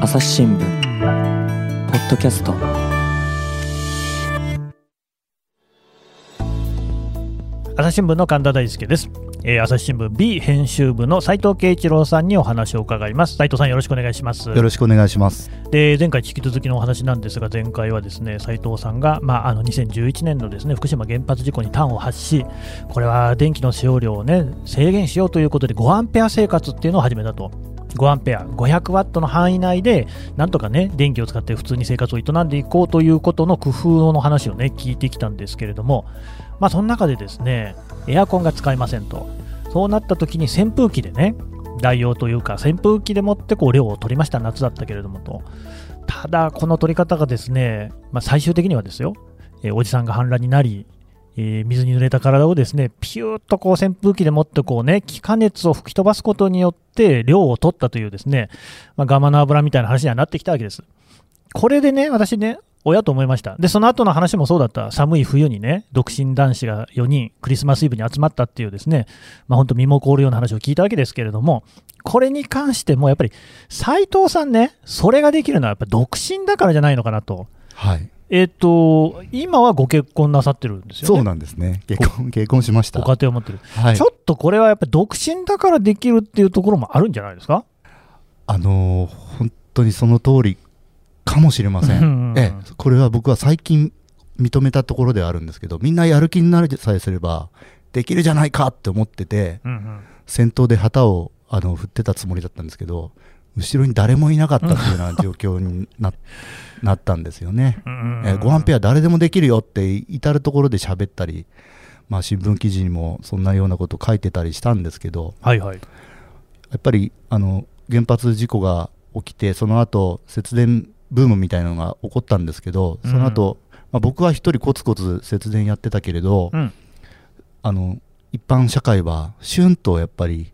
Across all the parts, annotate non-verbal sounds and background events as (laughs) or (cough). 朝日新聞ポッドキャスト朝日新聞の神田大輔です、えー朝日新聞 B 編集部の斉藤圭一郎さんにお話を伺います斉藤さんよろしくお願いしますよろしくお願いします。で前回引き続きのお話なんですが前回はですね斉藤さんが、まあ、あの2011年のですね福島原発事故に端を発しこれは電気の使用量をね制限しようということで5アンペア生活っていうのを始めたと。5アンペア500ワットの範囲内でなんとかね電気を使って普通に生活を営んでいこうということの工夫の話をね聞いてきたんですけれどもまあその中でですねエアコンが使えませんとそうなった時に扇風機でね代用というか扇風機でもってこう量を取りました夏だったけれどもとただ、この取り方がですね、まあ、最終的にはですよ、えーおじさんが氾濫になり、えー水に濡れた体をですね、ピューッとこう扇風機でもってこうね、気化熱を吹き飛ばすことによって量を取ったというですね、まあ、ガマの油みたいな話にはなってきたわけです。これでね、私ね、親と思いました。で、その後の話もそうだった。寒い冬にね、独身男子が4人、クリスマスイブに集まったっていうですね、まあ本当身も凍るような話を聞いたわけですけれども、これに関してもやっぱり斉藤さんね、それができるのはやっぱ独身だからじゃないのかなと。はい。えっ、と、今はご結婚なさってるんですよね。そうなんですね。結婚、結婚しました。ご家庭を持ってる、はいち。ょっとこれはやっぱり独身だからできるっていうところもあるんじゃないですかあのー本当にその通りかもしれませうんうんうんん。ええ、これは僕は最近認めたところではあるんですけど、みんなやる気になれさえすれば、できるじゃないかって思ってて、うんうん。先頭で旗をあの振ってたつもりだったんですけど、後ろに誰もいなかったっていうような状況にななったんですよね。えー、5アンペア誰でもできるよって至る所で喋ったり、まあ、新聞記事にもそんなようなこと書いてたりしたんですけどはいはい。やっぱりあの原発事故が起きてその後節電ブームみたいなのが起こったんですけどその後、まあ、僕は一人コツコツ節電やってたけれど、うん。あの一般社会はシュンとやっぱり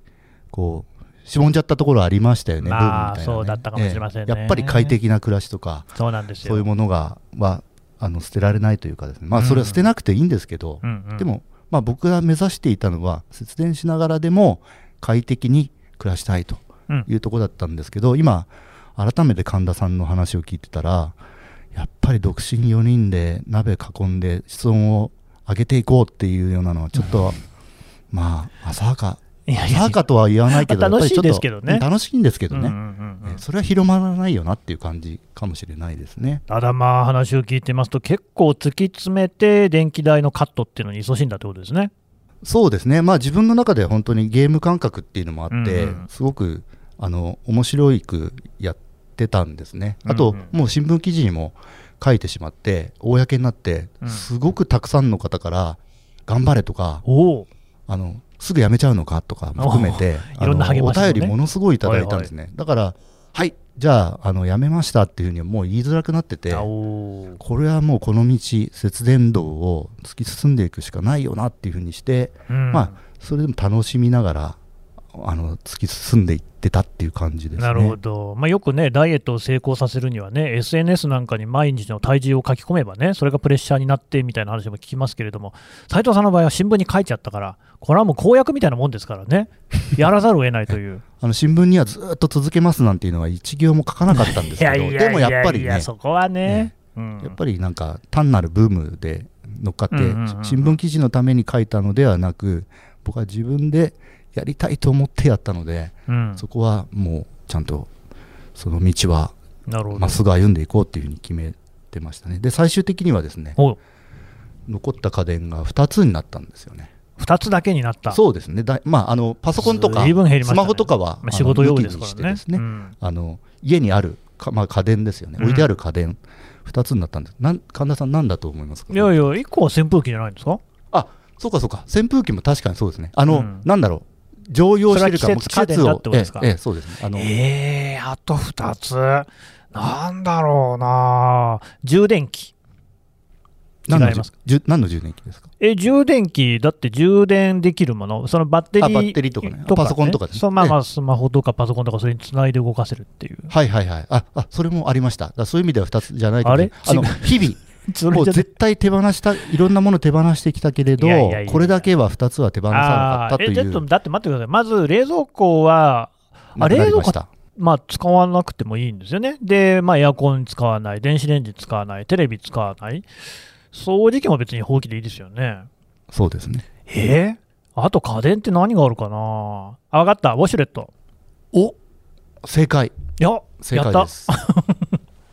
こうしぼんじゃったところありましたよね、まあブームみたいなね、そうだったかもしれませんねええやっぱり快適な暮らしとかそうなんですよ。そういうものがはあの捨てられないというかですね、まうあ、んそれは捨てなくていいんですけど、うんうんでも、まあ、僕が目指していたのは節電しながらでも快適に暮らしたいとうんいうところだったんですけど今改めて神田さんの話を聞いてたらやっぱり独身4人で鍋囲んで室温を上げていこうっていうようなのはちょっとまあ浅はかい (laughs) やい浅やはかとは言わないけどまあやっぱりちょっと楽しいですけどねうん楽しいんですけどね、うんうんうんうんえそれは広まらないよなっていう感じかもしれないですね。ただまあ話を聞いてますと結構突き詰めて電気代のカットっていうのに勤しんだってことですね。そうですね、まあ、自分の中では本当にゲーム感覚っていうのもあって、うんうんすごくあの面白くやってたんですね、あうと、んうんもう新聞記事にも書いてしまって、公になってう、んすごくたくさんの方から、頑張れとか、おお。あのすぐ辞めちゃうのかとかも含めて、おーいろんなあの励ましをねお便り、ものすごいいただいたんですね、だから、はい、じゃああの、辞めましたっていうふうにはもう言いづらくなってて。あおーこれはもうこの道節電道を突き進んでいくしかないよなっていうふうにして、うんまあ、それでも楽しみながらあの突き進んでいってたっていう感じですね。なるほど、まあ、よくね、ダイエットを成功させるにはね、SNS なんかに毎日の体重を書き込めばね、それがプレッシャーになってみたいな話も聞きますけれども、斉藤さんの場合は新聞に書いちゃったから、これはもう公約みたいなもんですからね、やらざるを得ないと (laughs) いう。あの新聞にはずっと続けますなんていうのは一行も書かなかったんですけどでもやっぱりねいややそこはね、うんっぱりなんか単なるブームで乗っかって、うんうんうん新聞記事のために書いたのではなく僕は自分でやりたいと思ってやったので、うんそこはもうちゃんとその道はなるほどまっすぐ歩んでいこうっていうふうに決めてましたねで最終的にはですねお残った家電が2つになったんですよね2つだけになった、そうですねだ、まあ、あのパソコンとか、随分減りましたねスマホとかは、まああの仕事用抜きでにすしかてらね。ですねうんあの家にあるか、まあ、家電ですよね、うん置いてある家電、2つになったんです、なん神田さん、なんだと思いますかいやいや、1個は扇風機じゃないんですかあそうかそうか、扇風機も確かにそうですね、あうの、んなんだろう、常用してるかそれはら、も季節家電だってことですかええええそうですねあの、ええあと2つ。なんだろうな充電器。何の違いますじゅ何の充電器ですか、え、充電器、だって充電できるもの、そのバッテリーあバッテリーとかねパソコンとかですねそうまあまあ、スマホとかパソコンとか、それにつないで動かせるっていう。はいはいはい、ああそれもありました、だからそういう意味では2つじゃないあれあの違 (laughs) 日々、そもれうじゃ絶対手放した、いろんなもの手放してきたけれど、いやいやいやいやこれだけは2つは手放さなかったあとーいえう。ちょっとだって待ってください、まず冷蔵庫は、あなくな冷り蔵庫ましたまあ、使わなくてもいいんですよね。で、まあ、エアコン使わない、電子レンジ使わない、テレビ使わない、掃除機も別に放棄でいいですよね。そうですね。えーあと家電って何があるかなあ、わかった、ウォシュレット。お正解。いや、正やっ解たで。す。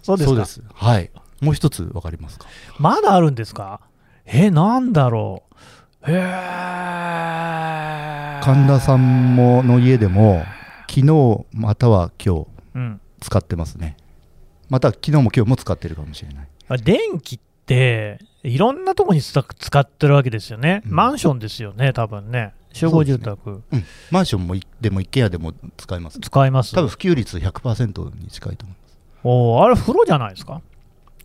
そうですそうかです。はい。もう一つわかりますか。まだあるんですかえー、なんだろう。へえ。神田さんもの家でも昨日または今日うん。使ってますね。また昨日も今日も使ってるかもしれない。あ電気って、いろんなとこに使使ってるわけですよね。うんマンションですよね、多分ね。集合住宅、うん。マンションもいでも一軒家でも使えます。使います。多分普及率100%に近いと思います。おーあれ、風呂じゃないですか。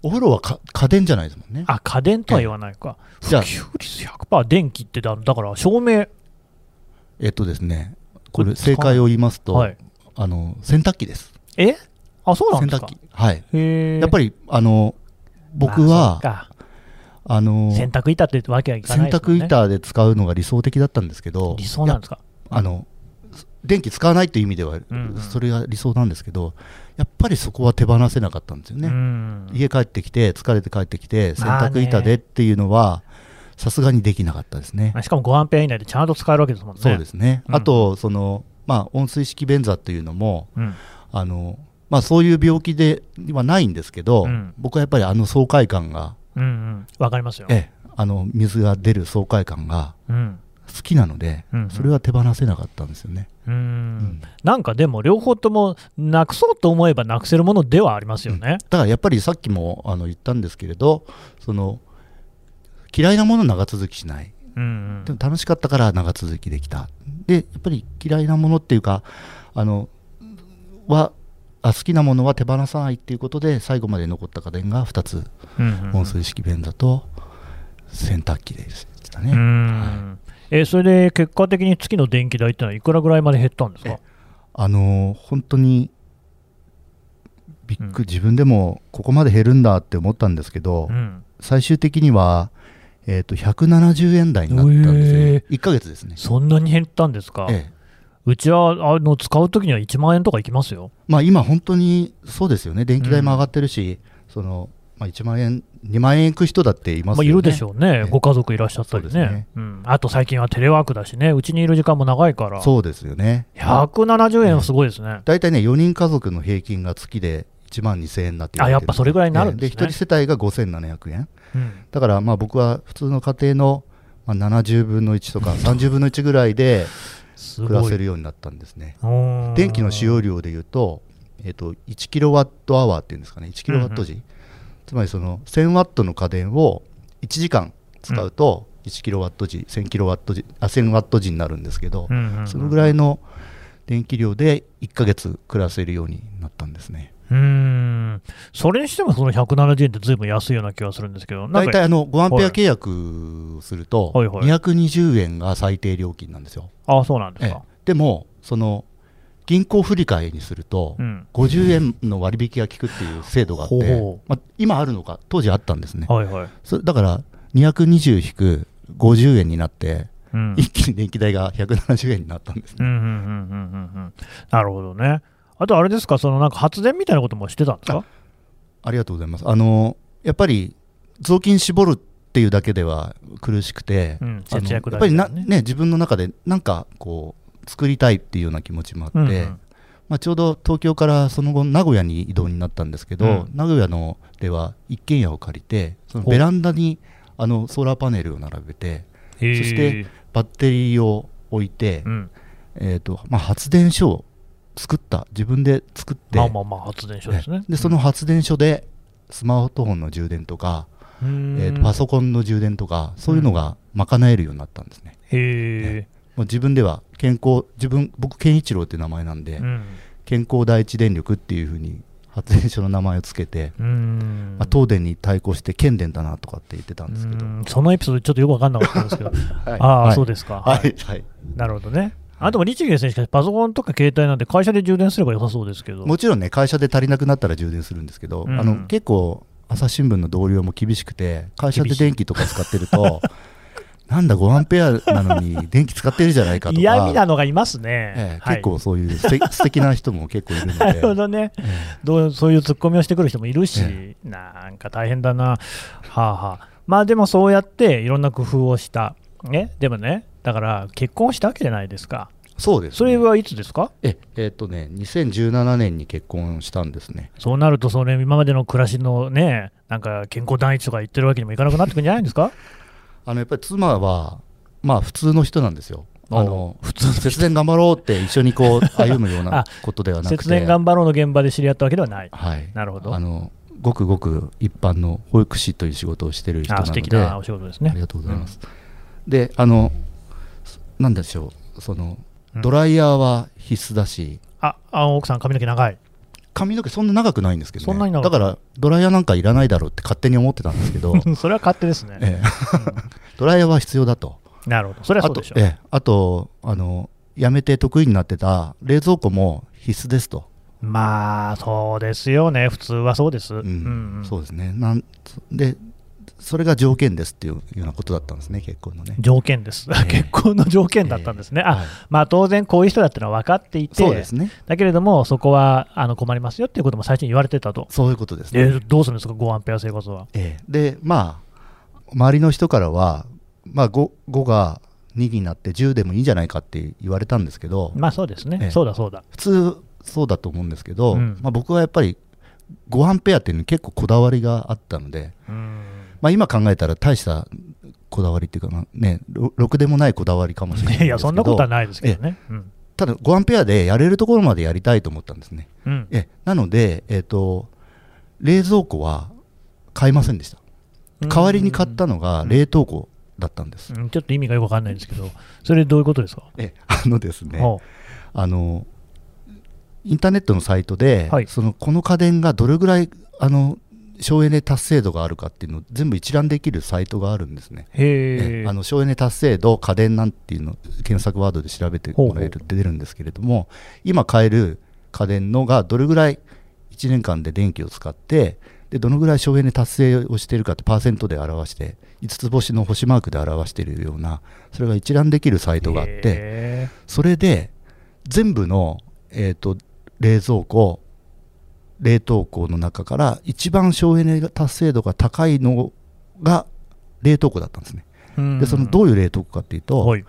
お風呂はか家電じゃないですもんね。あ、家電とは言わないか。じゃあ普及率100%電気ってだ、だから照明。えっとですね、これ正解を言いますと、はい。あの洗濯機です。えあ、そうなん洗ですか濯機。。はい。へやっぱりりあの僕は、あの洗濯板ってわけはいかな洗いですもん濯ね。板で使うのが理想的だったんですけど、理想なんですか。あの電気使わないという意味では、うんうんそれが理想なんですけど、やっぱりそこは手放せなかったんですようね。ん。家帰ってきて、疲れて帰ってきて、洗まあね濯板でっていうのは、さすがにできなかったですね。あしかも5アンペア以内でちゃんと使えるわけですもんね。。そうですすね。うんあと、その、まあ、温水式便座っていうのも、うん、あの、まあ、そういう病気ではないんですけど、うん僕はやっぱりあの爽快感が、うん、うん。わかりますよ。ええあの、水が出る爽快感がうん。好きなので、うんうんそれは手放せなかったんですよね。うんうんなんかでも、両方ともなくそうと思えばなくせるものではありますよね。だからやっぱりさっきもあの言ったんですけれどその嫌いなものを長続きしないうん、でも楽しかったから長続きできたでやっぱり嫌いなものっていうかあのはあ好きなものは手放さないっていうことで最後まで残った家電が2つうん。うんうん温水式便座と洗濯機でしたね、うん。え、それで結果的に月の電気代ってのはいくらぐらいまで減ったんですかあの本当にびっく、うん自分でもここまで減るんだって思ったんですけど、うん。最終的には、えー、と170円台になったんですよ、へね、1か月ですね、そんなに減ったんですか、ええうちはあの使うときには1万円とかいきますよ。まあ、今、本当にそうですよね、電気代も上がってるし、そのまあ、1万円、2万円いく人だっていますまあ、よね、いるでしょうね、ええご家族いらっしゃったりそうねですねうん、あと最近はテレワークだしね、うちにいる時間も長いから、そうですよね、 170円はすごいですね。大体ね、4人家族の平均が月で1万2000円になっているあやっぱそれぐらいになるんですねええ1人世帯が5700円、うんだからまあ僕は普通の家庭の、まあ、70分の1とか30分の1ぐらいです暮らごせいるようになったんですね。うーん電気の使用量でいうと,、えっと1キロワットアワーっていうんですかね1キロワット時、つまりその1000ワットの家電を1時間使うと1キロワット時1000キロワット時あ1000ワット時になるんですけど、うんうんうんそのぐらいの電気量で1ヶ月暮らせるようになったんですねうーんそれにしてもその170円ってずいぶん安いような気がするんですけど、なん大か体あの5アンペア契約をするとはいはい220円が最低料金なんですよ、あそうなんですかええ、でもその銀行振り替えにすると、うん50円の割引が効くっていう制度があって、ほうほまあ、今あるのか、当時あったんですね、はいはいそれだから220引く50円になって、うん一気に電気代が170円になったんですうね。んうんうんうんうんうんなるほどね。あとあれですか、そのなんか発電みたいなこともしてたんですかありがとうございますあのやっぱり雑巾絞るっていうだけでは苦しくて、うんあの節約大やっぱり事だな、よねね、自分の中でなんかこう作りたいっていうような気持ちもあって、うんうんまあ、ちょうど東京からその後名古屋に移動になったんですけど、うん名古屋のでは一軒家を借りてそのベランダにあのソーラーパネルを並べてそそして、バッテリーを置いて、うん、えーとまあ、発電所を作った自分で作って、まあまあまあ発電所ですねね。でその発電所でスマートフォンの充電とか、うん、えーとパソコンの充電とかそういうのが賄えるようになったんですね。へもう自分では健康自分僕健一郎って名前なんで、え、うん健康第一電力っていうふうに発電所の名前をつけて、うんまあ、東電に対抗して県電だなとかって言ってたんですけど、うんそのエピソードちょっとよくわかんなかったんですけど、 (laughs) はいああ、はいそうですか、はいはい、なるほどね。あとも律儀選手パソコンとか携帯なんで会社で充電すれば良さそうですけど、もちろんね会社で足りなくなったら充電するんですけど、うんあの (laughs) 結構朝日新聞の同僚も厳しくて会社で電気とか使ってるとなんだ、5アンペアなのに電気使ってるじゃないかとか、嫌味なのがいますね。ええはい結構そういう素敵素敵な人も結構いる (laughs) のなるほで、どね、ええどうそういうツッコミをしてくる人もいるし、えなんか大変だな、はあはあ、まあでもそうやっていろんな工夫をした、ね、でもね、だから結婚したわけじゃないですか、そうです、それはいつですかええっとね、2017年に結婚したんですね。そうなると、それ今までの暮らしのね、なんか健康第一とか言ってるわけにもいかなくなってくるんじゃないんですかあのやっぱり妻は、まあ、普通の人なんですよ。あの普通節電頑張ろうって一緒にこう歩む (laughs) ようなことではなくて、節電頑張ろうの現場で知り合ったわけではない。はい、なるほどあのごくごく一般の保育士という仕事をしてる人なあの素で、敵なお仕事ですね。ありがとうございます。で、あの、なんでしょう、その、うんドライヤーは必須だし、ああ奥さん、髪の毛長い。髪の毛そんな長くないんですけど、ね、そんなに長だくから、ドライヤーなんかいらないだろうって勝手に思ってたんですけ (laughs) ど、それは勝手ですね。ええ (laughs) ドライヤーは必要だと。なるほど、それはあそうとでしょ、う。ええあと、あの、やめて得意になってた冷蔵庫も必須ですと。まあそうですよね普通はそうです、うんうんうんそうですねなん。で、それが条件ですっていうようなことだったんですね、結婚のね。条件です、ええ結婚の条件だったんですね、あはいまあ、当然こういう人だってのは分かっていてそうですね。だけれどもそこはあの困りますよっていうことも最初に言われてたと、そういうことですね。えどうするんですか5アンペア生活はええでまあ周りの人からは、まあ、5, 5が2になって10でもいいんじゃないかって言われたんですけど、まあそうですね、ええそうだそうだ普通そうだと思うんですけど、うんまあ、僕はやっぱり5アンペアっていうのに結構こだわりがあったので、うんまあ、今考えたら大したこだわりっていうか、まあね、ろろくでもないこだわりかもしれないんですけいどやそんなことはないですけどね、うんただ5アンペアでやれるところまでやりたいと思ったんですねうんええなので、えっと冷蔵庫は買いませんでした代わりに買ったのが冷凍庫だったんです、うんちょっと意味がよく分かんないんですけどそれどういうことですか、え (laughs) あのですねほあのインターネットのサイトで、はいそのこの家電がどれぐらいあの省エネ達成度があるかっていうのを全部一覧できるサイトがあるんですね。うへええあの省エネ達成度家電なんていうの検索ワードで調べてもらえるって出るんですけれども今買える家電のがどれぐらい1年間で電気を使ってでどのぐらい省エネ達成をしているかってパーセントで表して5つ星の星マークで表しているようなそれが一覧できるサイトがあって。へそれで全部の、えー、と冷蔵庫冷凍庫の中から一番省エネ達成度が高いのが冷凍庫だったんですね、えうんでそのどういう冷凍庫かっていうと、はい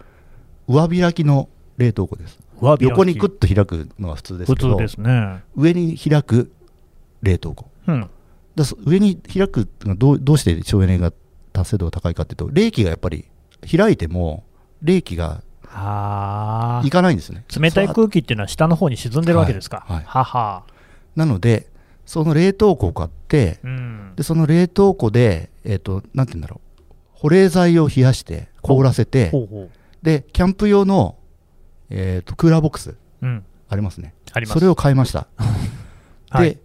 上開きの冷凍庫です上開き横にクッと開くのが普通です普けど通ですね、上に開く冷凍庫うん、だそ上に開くのはどうどうして省エネが達成度が高いかっていうと冷気がやっぱり開いても冷気があいかないんですよねー冷たい空気っていうのは下の方に沈んでるわけですか。はいはいははなので、その冷凍庫を買って、うんでその冷凍庫で、えっとなんて言うんだろう、保冷剤を冷やして、凍らせて、ほうほでキャンプ用の、えっとクーラーボックス、う。うん。ありますね、あります。それを買いました。はいで、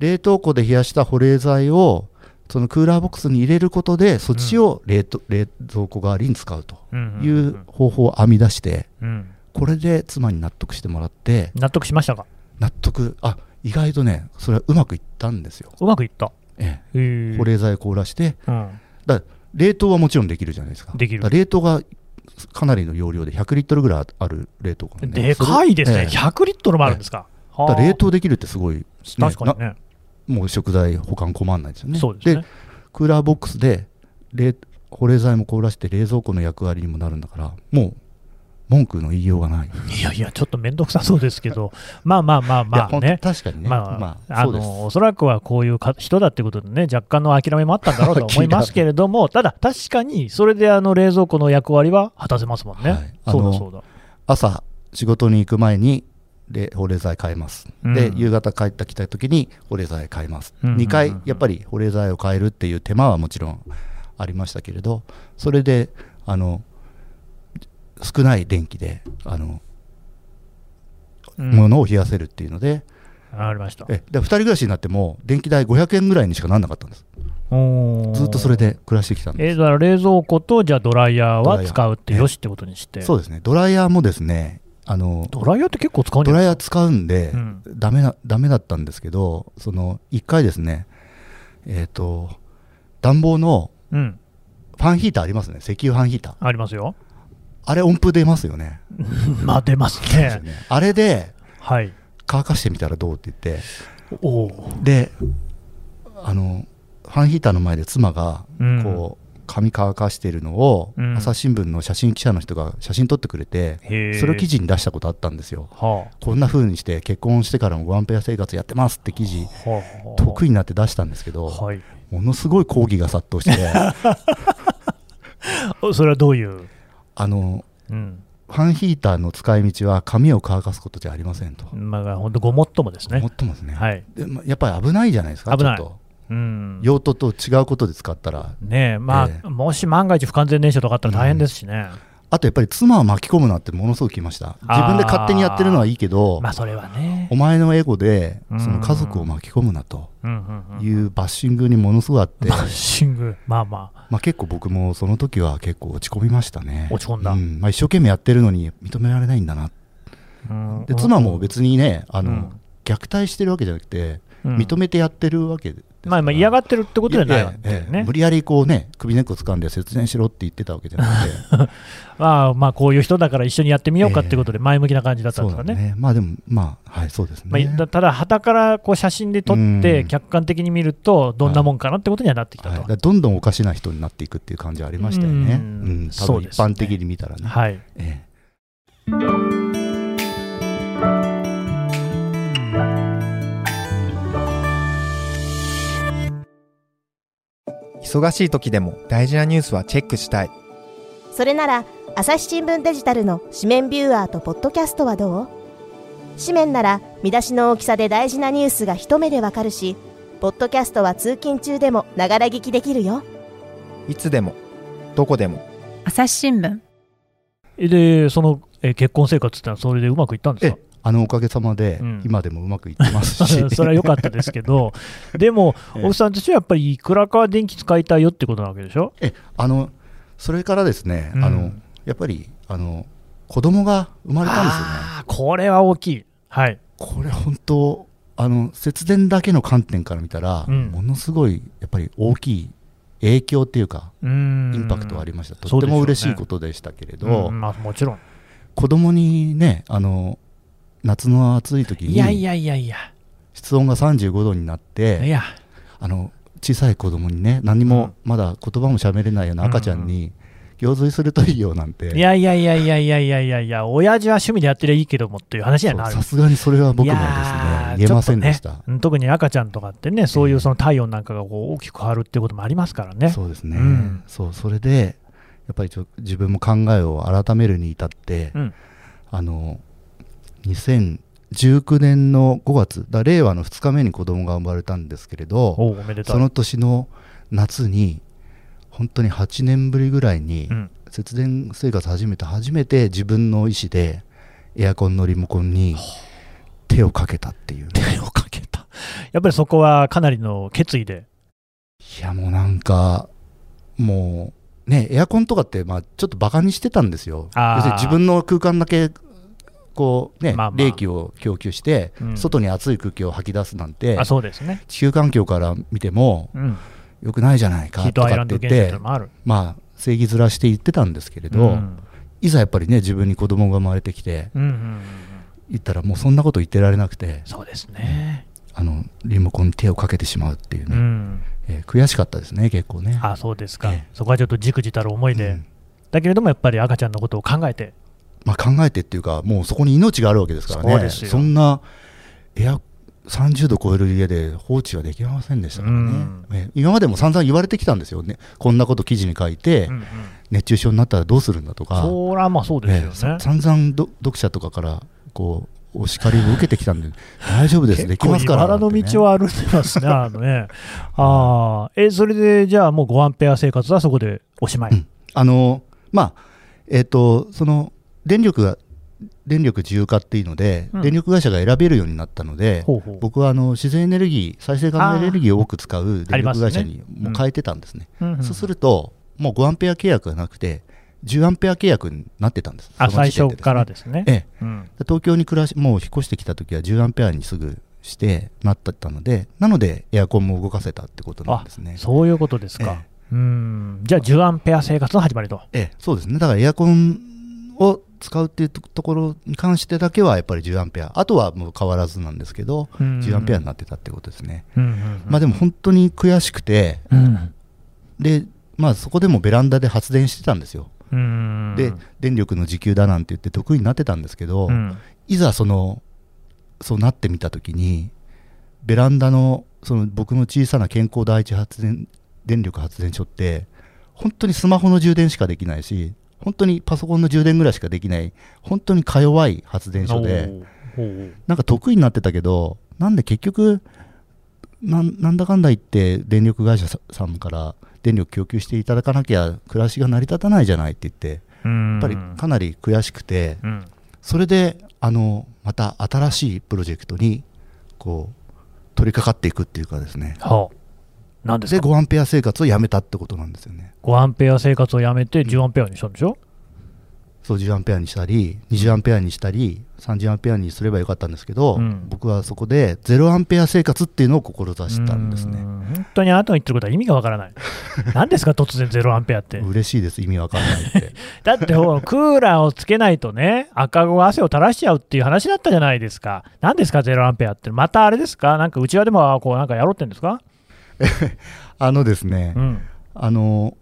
冷凍庫で冷やした保冷剤を、そのクーラーボックスに入れることで、そっちを冷凍冷蔵庫代わりに使うとうんうんいうんう方法を編み出して、うんこれで妻に納得してもらって、納得しましたか納得、あ意外とね、それはうまくいったんですよ。うまくいった。ええへー保冷剤を凍らして、うん。だから冷凍はもちろんできるじゃないですか。できるだから冷凍がかなりの容量で100リットルぐらいある冷凍庫なんでかいですね。それええ100リットルもあるんですか。だはかあら冷凍できるってすごい、ね確かにね。なもう食材保管困んないですよね。そうですね。クーラーボックスで冷保冷剤も凍らして冷蔵庫の役割にもなるんだから、もう文句の言いようがない。いやいや、ちょっと面倒くさそうですけど、まあまあまあいやまあ本当ね。確かにね。まあ、あそうです。のおそらくはこういうか人だってことでね、若干の諦めもあったんだろうとは思いますけれども、ただ、確かにそれであの冷蔵庫の役割は果たせますもんね。はいあのそうだそうだ。朝仕事に行く前にれ保冷剤買います、でうん夕方帰ってきた時に保冷剤買います、うんうんうん2回やっぱり保冷剤を変えるっていう手間はもちろんありましたけれどそれであの少ない電気であの、うんものを冷やせるっていうのでわかりました。えで2人暮らしになっても電気代500円ぐらいにしかならなかったんですずずっとそれ。で暮らしてきたんでえーだから冷蔵庫とじゃあドライヤードライはヤー使うってよしってことにして、そうですねドライヤーもですねあのドライヤーって結構使うんじドゃなラいイヤー使うんで、うんダメなダメだったんですけど、その1回ですね、えっと暖房のうん、フファンヒーターありますね、石油ファンヒーター。ありますよ。あれ、音符出ますよね。まあ出ますですよね。ねあれではい。乾かしてみたらどうって言って、おお。で、あの、ファンヒーターの前で妻が、うんこう、髪乾かしてるのを、うん朝日新聞の写真記者の人が写真撮ってくれて、へえ。それを記。事に出したことあったんですよ。はこんな風にして結婚してからもワンペア生活やってますって記事あ。はあ。得意になって出したんですけど、はい。ものすごい抗議が殺到して (laughs) おそれはどういう。あのうん。ファンヒーターの使い道は髪を乾かすことじゃありませんと、まあ本当ごもっともですね思。ってますね、はい。でまやっぱり危ないじゃないですか危ないちょっとうん。用途と違うことで使ったらねえ、まあ、ええもし万が一不完全燃焼とかあったら大変ですしね。あとやっぱり妻を巻き込むなってものすごくきました自分で勝手にやってるのはいいけど、まあそれはね。お前のエゴでうんその家族を巻き込むなとうんうんうん。いうバッシングにものすごくあってバッシング。まあまあ。まあ、結構僕もその時は結構落ち込みましたね落ち込んだうんまあ、一生懸命やってるのに認められないんだなうんで妻も別にねあの、うん虐待してるわけじゃなくて、うん認めてやってるわけですからまあまあ嫌がってるってことじゃないわええけええね無。理やりこうね首根っこ掴んで節電しろって言ってたわけじゃな (laughs) くてまあまあこういう人だから一緒にやってみようかってことで前向きな感じだったんそですかうだね。ねまあでもまあはいそうですね、まあ、だただ、はたからこう写真で撮っうて、ん客観的に見ると、どんなもんかなってことにはなってきたはい、だかと。らどんどんおかしな人になっていくっていう感じはありましたよね、ううんん多そう分で一すね般的に見たらねはい、え忙しい時でも大事なニュースはチェックしたいそれなら朝日新聞デジタルの紙面ビューアーとポッドキャストはどう紙面なら見出しの大きさで大事なニュースが一目でわかるしポッドキャストは通勤中でもながら聞きできるよいつでもどこでも朝日新聞で、その、えー結婚生活ってのは、それでうまくいったんえですかえあのおかげさまで、うん今でもうまくいってますし (laughs) それは良かったですけ (laughs) ど、でも、ええおっさんとしてはやっぱり、いくらかは電気使いたいよってことなわけでしょ、えあのそれからですね、うんあのやっぱりあの子供が生まれたんですよね。あーこれは大きい、はい、これ本当あの節電だけの観点から見たら、うんものすごいやっぱり大きい影響っていうかうーんインパクトはありました、うんとってもそうで嬉しょうねしいことでしたけれうど、んまあ、もちろん、子供にねあの夏の暑い時いやいにやいやいや、室温が35度になって、いや、あの小さい子供にね何もまだ言葉も喋れないような赤ちゃんに行水するといいよなんていやいやいやいやいやいやいやいや、親父は趣味でやってりゃいいけどもっていう話にはなるさすがにそれは僕もですねやー言えませんでしちょたっとねうん特に赤ちゃんとかってね、そういうその体温なんかがこう大きく変わるっていうこともありますからね。そうですね、うんそうそれでやっぱりちょ自分も考えを改めるに至って、うんあの2019年の5月だ令和の2日目に子供が生まれたんですけれどおうおめでと。そうの年の夏に本当に8年ぶりぐらいに、うん節電生活始めて初めて自分の意思でエアコンのリモコンに手をかけたっていうね、手をかけた。やっぱりそこはかなりの決意で。いやもうなんかもうねエアコンとかってまあちょっとバカにしてたんですよあー要するに自分の空間だけこうね、まあまあ冷気を供給して、うん外に熱い空気を吐き出すなんてあ、そうですね。地球環境から見てもうん。良くないじゃないヒーかとトアイかラっンドて現言っ象っていてうのもある。まあ正義面して言ってたんですけれど、うんいざやっぱりね自分に子供が生まれてきてうんうんうん言ったらもうそんなこと言ってられなくてそうですね。あのリモコンに手をかけてしまうっていううね、ん。えー悔しかったですね結構ね。あ、そうですかええ。そこはちょっとじくじたる思いうんで。だけれどもやっぱり赤ちゃんのことを考えて。まあ、考えてっていうか、もうそこに命があるわけですからね、そうですよんなエア30度超える家で放置はできませんでしたからね、ね今までも散々言われてきたんですよね、こんなこと記事に書いて、うんうん熱中症になったらどうするんだとか、そらまあそうですよさね。散々ど読者とかからこうお叱りを受けてきたんで、大丈夫です、できますから結構茨の道はを歩いてます (laughs) ね、あのね。ああ、え、それで、じゃあもう5アンペア生活はそこでおしまい。うんあのまあえっ、とその電力が電力自由化っていうので、うん電力会社が選べるようになったので、ほうほう。僕はあの自然エネルギー再生可能エネルギーを多く使うあり電ますね力会社にもう変えてたんですね、うんうんそうするともう5アンペア契約がなくて10アンペア契約になってたんですあその最時点初でですねからですね。ええうんで東京に暮らしもう引っ越してきた時は10アンペアにすぐしてなってたのでなのでエアコンも動かせたってことなんですねそういうことですかえ。うんじゃあ10アンペア生活の始まりと。ええ、そうですね、だからエアコンを使うっていうとところに関してだけはやっぱり10アンペア、あとはもう変わらずなんですけど、10アンペアになってたってことですね。うんうんまあでも本当に悔しくて、うんでまあ、そこでもベランダで発電してたんですよ、うんで電力の自給だなんて言って得意になってたんですけど、うんいざそのそうなってみた時にベランダのその僕の小さな健康第一発電電力発電所って本当にスマホの充電しかできないし本当にパソコンの充電ぐらいしかできない本当にか弱い発電所でおーなんか得意になってたけどなんで結局なんなんだかんだ言って電力会社ささんから電力供給していただかなきゃ暮らしが成り立たないじゃないって言ってうんやっぱりかなり悔しくて、うんそれであのまた新しいプロジェクトにこう取り掛かっていくっていうかですねはあなんですでか5アンペア生活をやめたってことなんですよね5アンペア生活をやめて10アンペアにしたんでしょそう10アンペアにしたり20アンペアにしたり30アンペアにすればよかったんですけど、うん僕はそこで0アンペア生活っていうのを志したんですうねん本当にあなたの言ってることは意味がわから (laughs) ない何ですか突然0アンペアって嬉しいです意味わかんないって (laughs) だってほらクーラーをつけないとね赤子が汗を垂らしちゃうっていう話だったじゃないですか何ですか0アンペアってまたあれですかなんかうちわでもこうなんかやろうってんですかあのですね、うんあの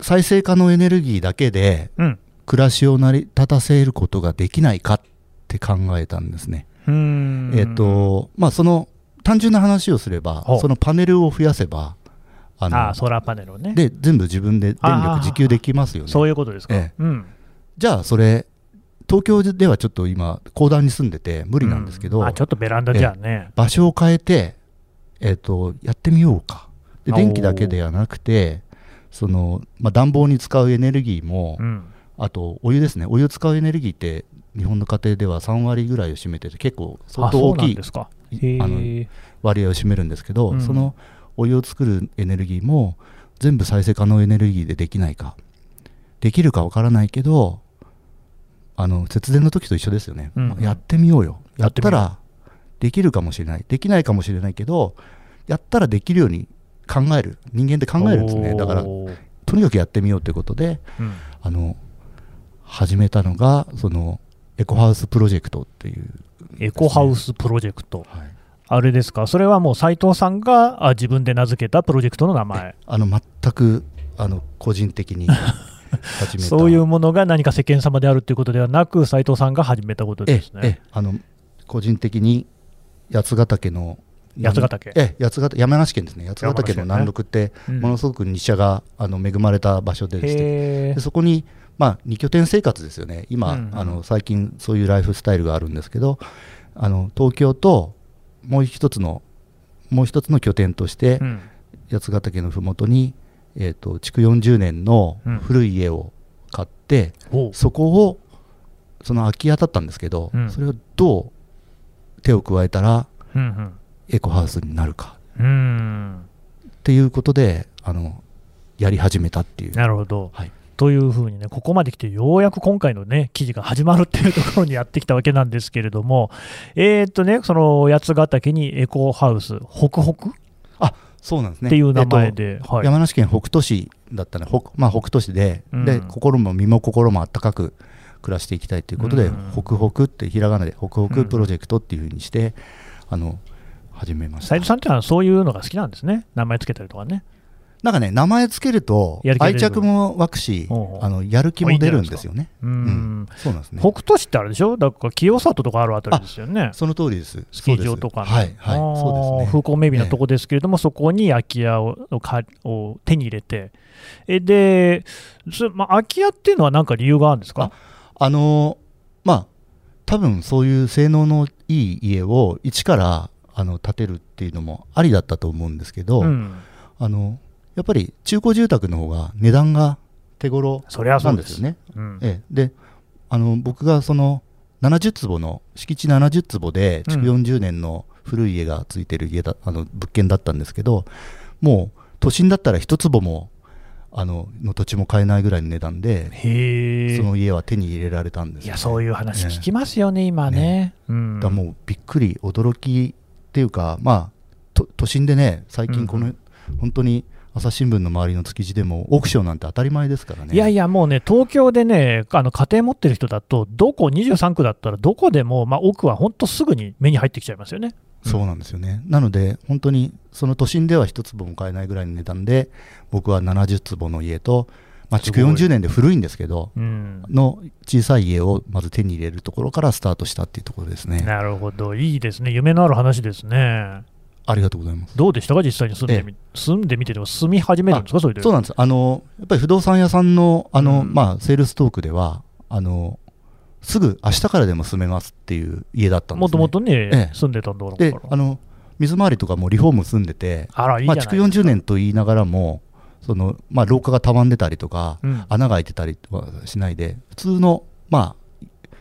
再生可能エネルギーだけでうん暮らしを成り立たせることができないかって考えたんですねうんえっ、と、まあ、その単純な話をすればほう、そのパネルを増やせば、あのああソーラーパネルをねで全部自分で電あー力自給できますよね。そういうことですか、えうんじゃあ、それ、東京ではちょっと今、高段に住んでて無理なんですけど、うあちょっとベランダじゃあね、場所を変えて、えっと、やってみようか。でおー電気だけではなくて、そのまあ、暖房に使うエネルギーも、うんあとお湯ですね、お湯使うエネルギーって、日本の家庭では3割ぐらいを占めてて、結構相当大あそうきなんいですかいへあのえ割合を占めるんですけど、うんそのお湯を作るエネルギーも全部再生可能エネルギーでできないかできるかわからないけどあの節電の時と一緒ですよね、うんやってみようよややっってみたようらできるかもしれないできないかもしれないけどやったらできるように考える人間って考えるんですねだからおーとにかくやってみようということでうんあの始めたのがそのエコハウスプロジェクトっていう、エコハウスプロジェクト、はいあれですか、それはもう斉藤さんがあ自分で名付けたプロジェクトの名前、あの全くあの個人的 (laughs) に始めたそういうものが何か世間様であるということではなく、斉藤さんが始めたことええですえねえ。あの個人的に八ヶ岳の八ヶ岳ええ八ヶ岳山梨県ですね八ヶ岳の山梨県ね南麓って、うんものすごく日射があの恵まれた場所でしてへでーそこに、まあ、二拠点生活ですよね今、うんうんあの最近そういうライフスタイルがあるんですけどあの東京ともう一つのもう一つの拠点として、うん八ヶ岳のふもとに、えー、と築40年の古い家を買って、おうそこをその空き家だったんですけど、うんそれをどう手を加えたらうんエコハウスになるかうんうんっていうことであのやり始めたっていうなるほど、はいというふうにね、ここまで来て、ようやく今回のね、記事が始まるっていうところにやってきたわけなんですけれども、えーっとね、その八ヶ岳にエコハウス、ホクホクっそうなんですねていう名前えっで、とはい山梨県北杜市だったね北,、まあ、北杜市で,、うんで心も身も心もあったかく暮らしていきたいということで、うん北北ってひらがなで北う北んプロジェクトっていうふうにして、あの始めました斉藤さんっていうのはそういうのが好きなんですね、名前つけたりとかね。なんかね名前つけるとやる気出愛る着も湧くしほうほうあのやる気も出るんですよねううんんそうなんですね北斗市ってあれでしょ、だから清里とかあるあたりですよね、その通りです。スキー場とかのそうですはい、あはーい、そうです風光ね。明媚なとこですけれども、そこに空き家ををかを手に入れて、えで、そまあ、空き家っていうのは何か理由があるんですかあのーまあ、多分そういう性能のいい家を一からあの建てるっていうのもありだったと思うんですけど、うん、あのやっぱり中古住宅の方が値段が手頃そりゃそうなんでですすよね。うんええ、であの僕がその70坪の敷地70坪で築う40年の古い家がついてる家だ、あの物件だったんですけどもう都心だったら一坪もあのの土地も買えないぐらいの値段でへえその家は手に入れられたんですいよや、ねそういう話聞きますよね、今ね。うん、だからもうびっくり驚きっていうかまあと都心でね最うん近この、本当に朝日新聞の周りの築地でもオークションなんて当たり前ですからね。いやいや、もうね、東京でね、あの家庭持ってる人だと、どこ、23区だったら、どこでも、まあ、奥は本当すぐに目に入ってきちゃいますよね。そうなんですよね。なので、本当にその都心では1坪も買えないぐらいの値段で、僕は70坪の家と、まあ、築すごい40年で古いんですけど、うん、の小さい家をまず手に入れるところからスタートしたっていうところですね。なるほど、いいですね、夢のある話ですね。ありがとうございます。どうでしたか、実際に住んでみ,、住んでみてでも、住み始めるんですか、それで。そうなんです。あの、やっぱり不動産屋さんの、あうの、んまあ、セールストークでは、あの、すぐ明日からでも住めますっていう家だったんです、ね。もともとね、ええ住んでたんだろうでか、あら。の、水回りとかもリフォーム済んでて、あら、いいじまゃあ、ない築40年と言いながらも、その、まあ、廊下がたわんでたりとか、うん穴が開いてたりはしないで、普通の、まあ、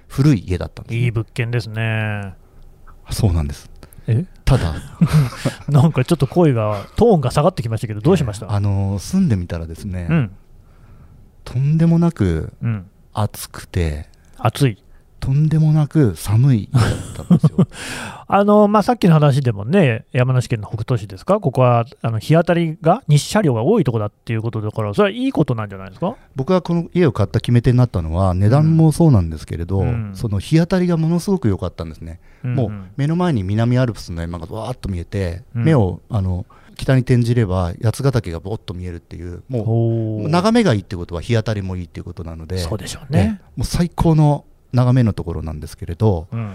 古い家だったんです、ね。いい物件ですね。そうなんです。えただ、なんかちょっと声が、トーンが下がってきましたけど、どうしました、あの、住んでみたらですね、うん、とんでもなくうん、暑くて、暑い。とんでもなく寒い家だったんです (laughs) よ。あのまあ、さっきの話でもね、山梨県の北杜市ですか、ここはあの日当たりが、日射量が多いとこだっていうことだから、それはいいことなんじゃないですか、僕がこの家を買った決め手になったのは、値段もそうなんですけれど、うんその日当たりがものすごく良かったんですね。うんもう目の前に南アルプスの山がわーっと見えて、うん目をあの北に転じれば八ヶ岳がぼーっと見えるっていう、おもうー眺めがいいってことは日当たりもいいっていうことなので、そうでしょうね。もう最高の眺めのところなんですけれど、うん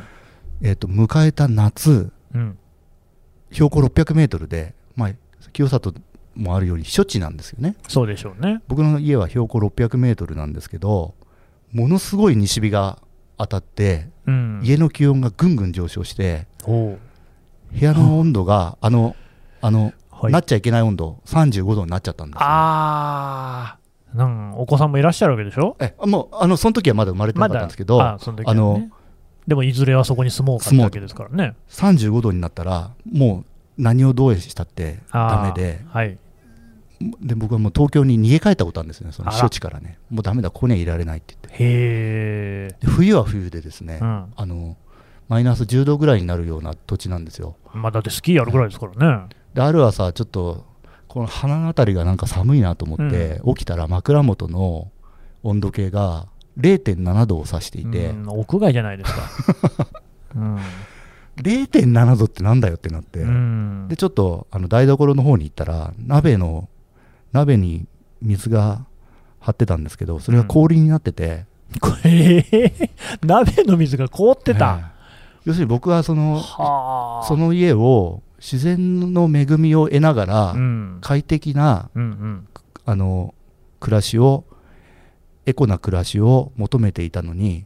えっと迎えた夏、うん標高600メートルで、まあ、清里もあるように避暑地なんですよね。そうでしょうね。僕の家は標高600メートルなんですけどものすごい西日が当たってうん、家の気温がぐんぐん上昇しておー部屋の温度があのあの、はいなっちゃいけない温度35度になっちゃったんですよあーなんお子さんもいらっしゃるわけでしょ、えもうあのその時はまだ生まれてまなかったんだですけど、あその時はねあのでもいずれはそこに住もうかってわけですからね。 35度になったらもう何をどうしたってダメであーはい、で僕はもう東京に逃げ帰ったことあるんですよねそのあら避暑地からねもうダメだここにはいられないって言ってへえ、で冬は冬でですね、うんあのマイナス10度ぐらいになるような土地なんですよまあ、だってスキーやるぐらいですからね。である朝ちょっとこの鼻のあたりがなんか寒いなと思って、起きたら枕元の温度計が0.7度を指していて、うん屋外じゃないです (laughs) か。うん0.7度ってなんだよってなって、うんでちょっとあの台所の方に行ったら鍋の鍋に水が張ってたんですけどそれが氷になってて、これ、 (laughs) 鍋の水が凍ってえた。え要するに僕はそのはあ。その家を自然の恵みを得ながら、うん。快適なうんうん。あの暮らしをエコな暮らしを求めていたのに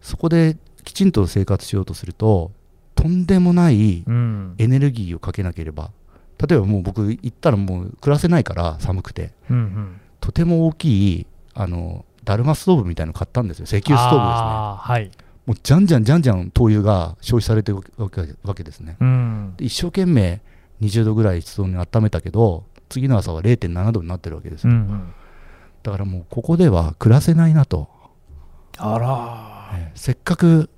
そこできちんと生活しようとするととんでもないうん。エネルギーをかけなければ例えばもう僕行ったらもう暮らせないから寒くてうんうん。とても大きいあのダルマストーブみたいの買ったんですよ石油ストーブですねあーはい。もうじゃんじゃんじゃんじゃん灯油が消費されてるわけわけですねうん。で一生懸命20度ぐらい室温に温めたけど次の朝は0.7度になってるわけですうよんうん。だからもうここでは暮らせないなと、あらえーせっかく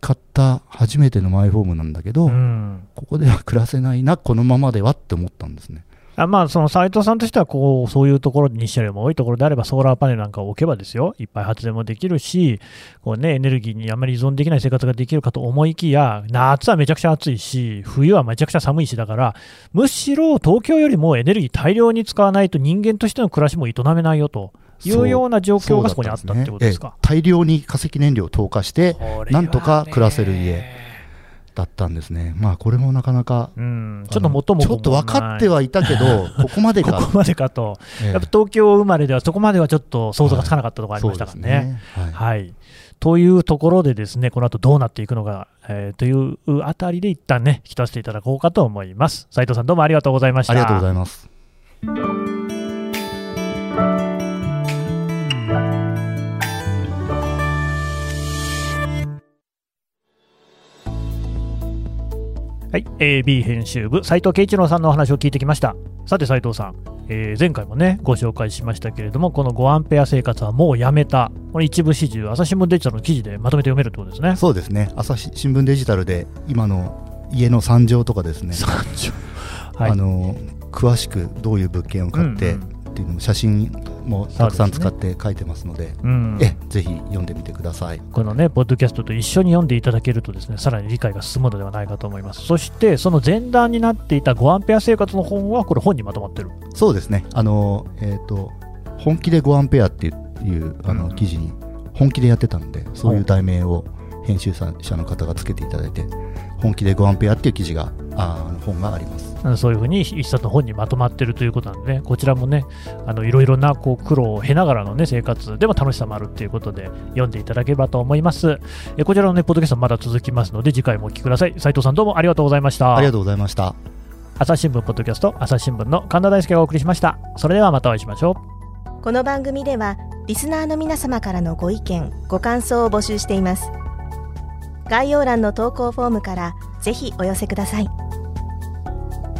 買った初めてのマイホームなんだけど、ー。うん。ここでは暮らせないなこのままではって思ったんですねあまあ、その斎藤さんとしてはこう、そういうところに日射量も多いところであれば、ソーラーパネルなんかを置けばですよ、いっぱい発電もできるし、こうね、エネルギーにあまり依存できない生活ができるかと思いきや、夏はめちゃくちゃ暑いし、冬はめちゃくちゃ寒いしだから、むしろ東京よりもエネルギー大量に使わないと、人間としての暮らしも営めないよといそうような状況がそこにだあったんってねことですかえ。え大量に化石燃料を投下してこれはねなんとか暮らせる家だったんですねまあこれもなかなかうん、ちょっと元もあのちょっと分かっていはいたけ (laughs) どここまでこかこまでかと、ええやっぱ東京生まれではそこまではちょっと想像がつかなかったところありましたからね。そうですねはいはい、というところで、ですねこの後どうなっていくのか、えーというあたりで一旦ね、引き出していただこうかと思います。斉藤さん、どうもありがとうございました。ありがとうございますはい、AB 編集部斉藤慶一郎さんのお話を聞いてきましたさて斉藤さん、えー前回もねご紹介しましたけれどもこの5アンペア生活はもうやめたこれ一部始終朝日新聞デジタルの記事でまとめて読めるってことですねそうですね、朝日新聞デジタルで今の家の惨状とかですね、はいあの詳しくどういう物件を買ってうっんていうのも写真もたくさんそう使でっすて書いてますのでうんえぜひ読んでみてくださいこのね、ポッドキャストと一緒に読んでいただけるとですね、さらに理解が進むのではないかと思います。そして、その前段になっていた5アンペア生活の本は、これ本にまとまってる。そうですねあのえっ、と本気で5アンペアっていうあうんの記事に本気でやってたのでそういう題名を編集者の方がつけていただいて本気で5アンペアっていう記事がああの本がありますうんそういうふうに一冊の本にまとまってるということなんでね、こちらもね、あのいろいろなこう苦労を経ながらのね、生活でも楽しさもあるということで、読んでいただければと思います。えこちらのね、ポッドキャストまだ続きますので、次回もお聞きください。斉藤さんどうもありがとうございました。ありがとうございました朝日新聞ポッドキャスト、朝日新聞の神田大輔がお送りしました。それではまたお会いしましょう。この番組ではリスナーの皆様からのご意見ご感想を募集しています概要欄の投稿フォームからぜひお寄せください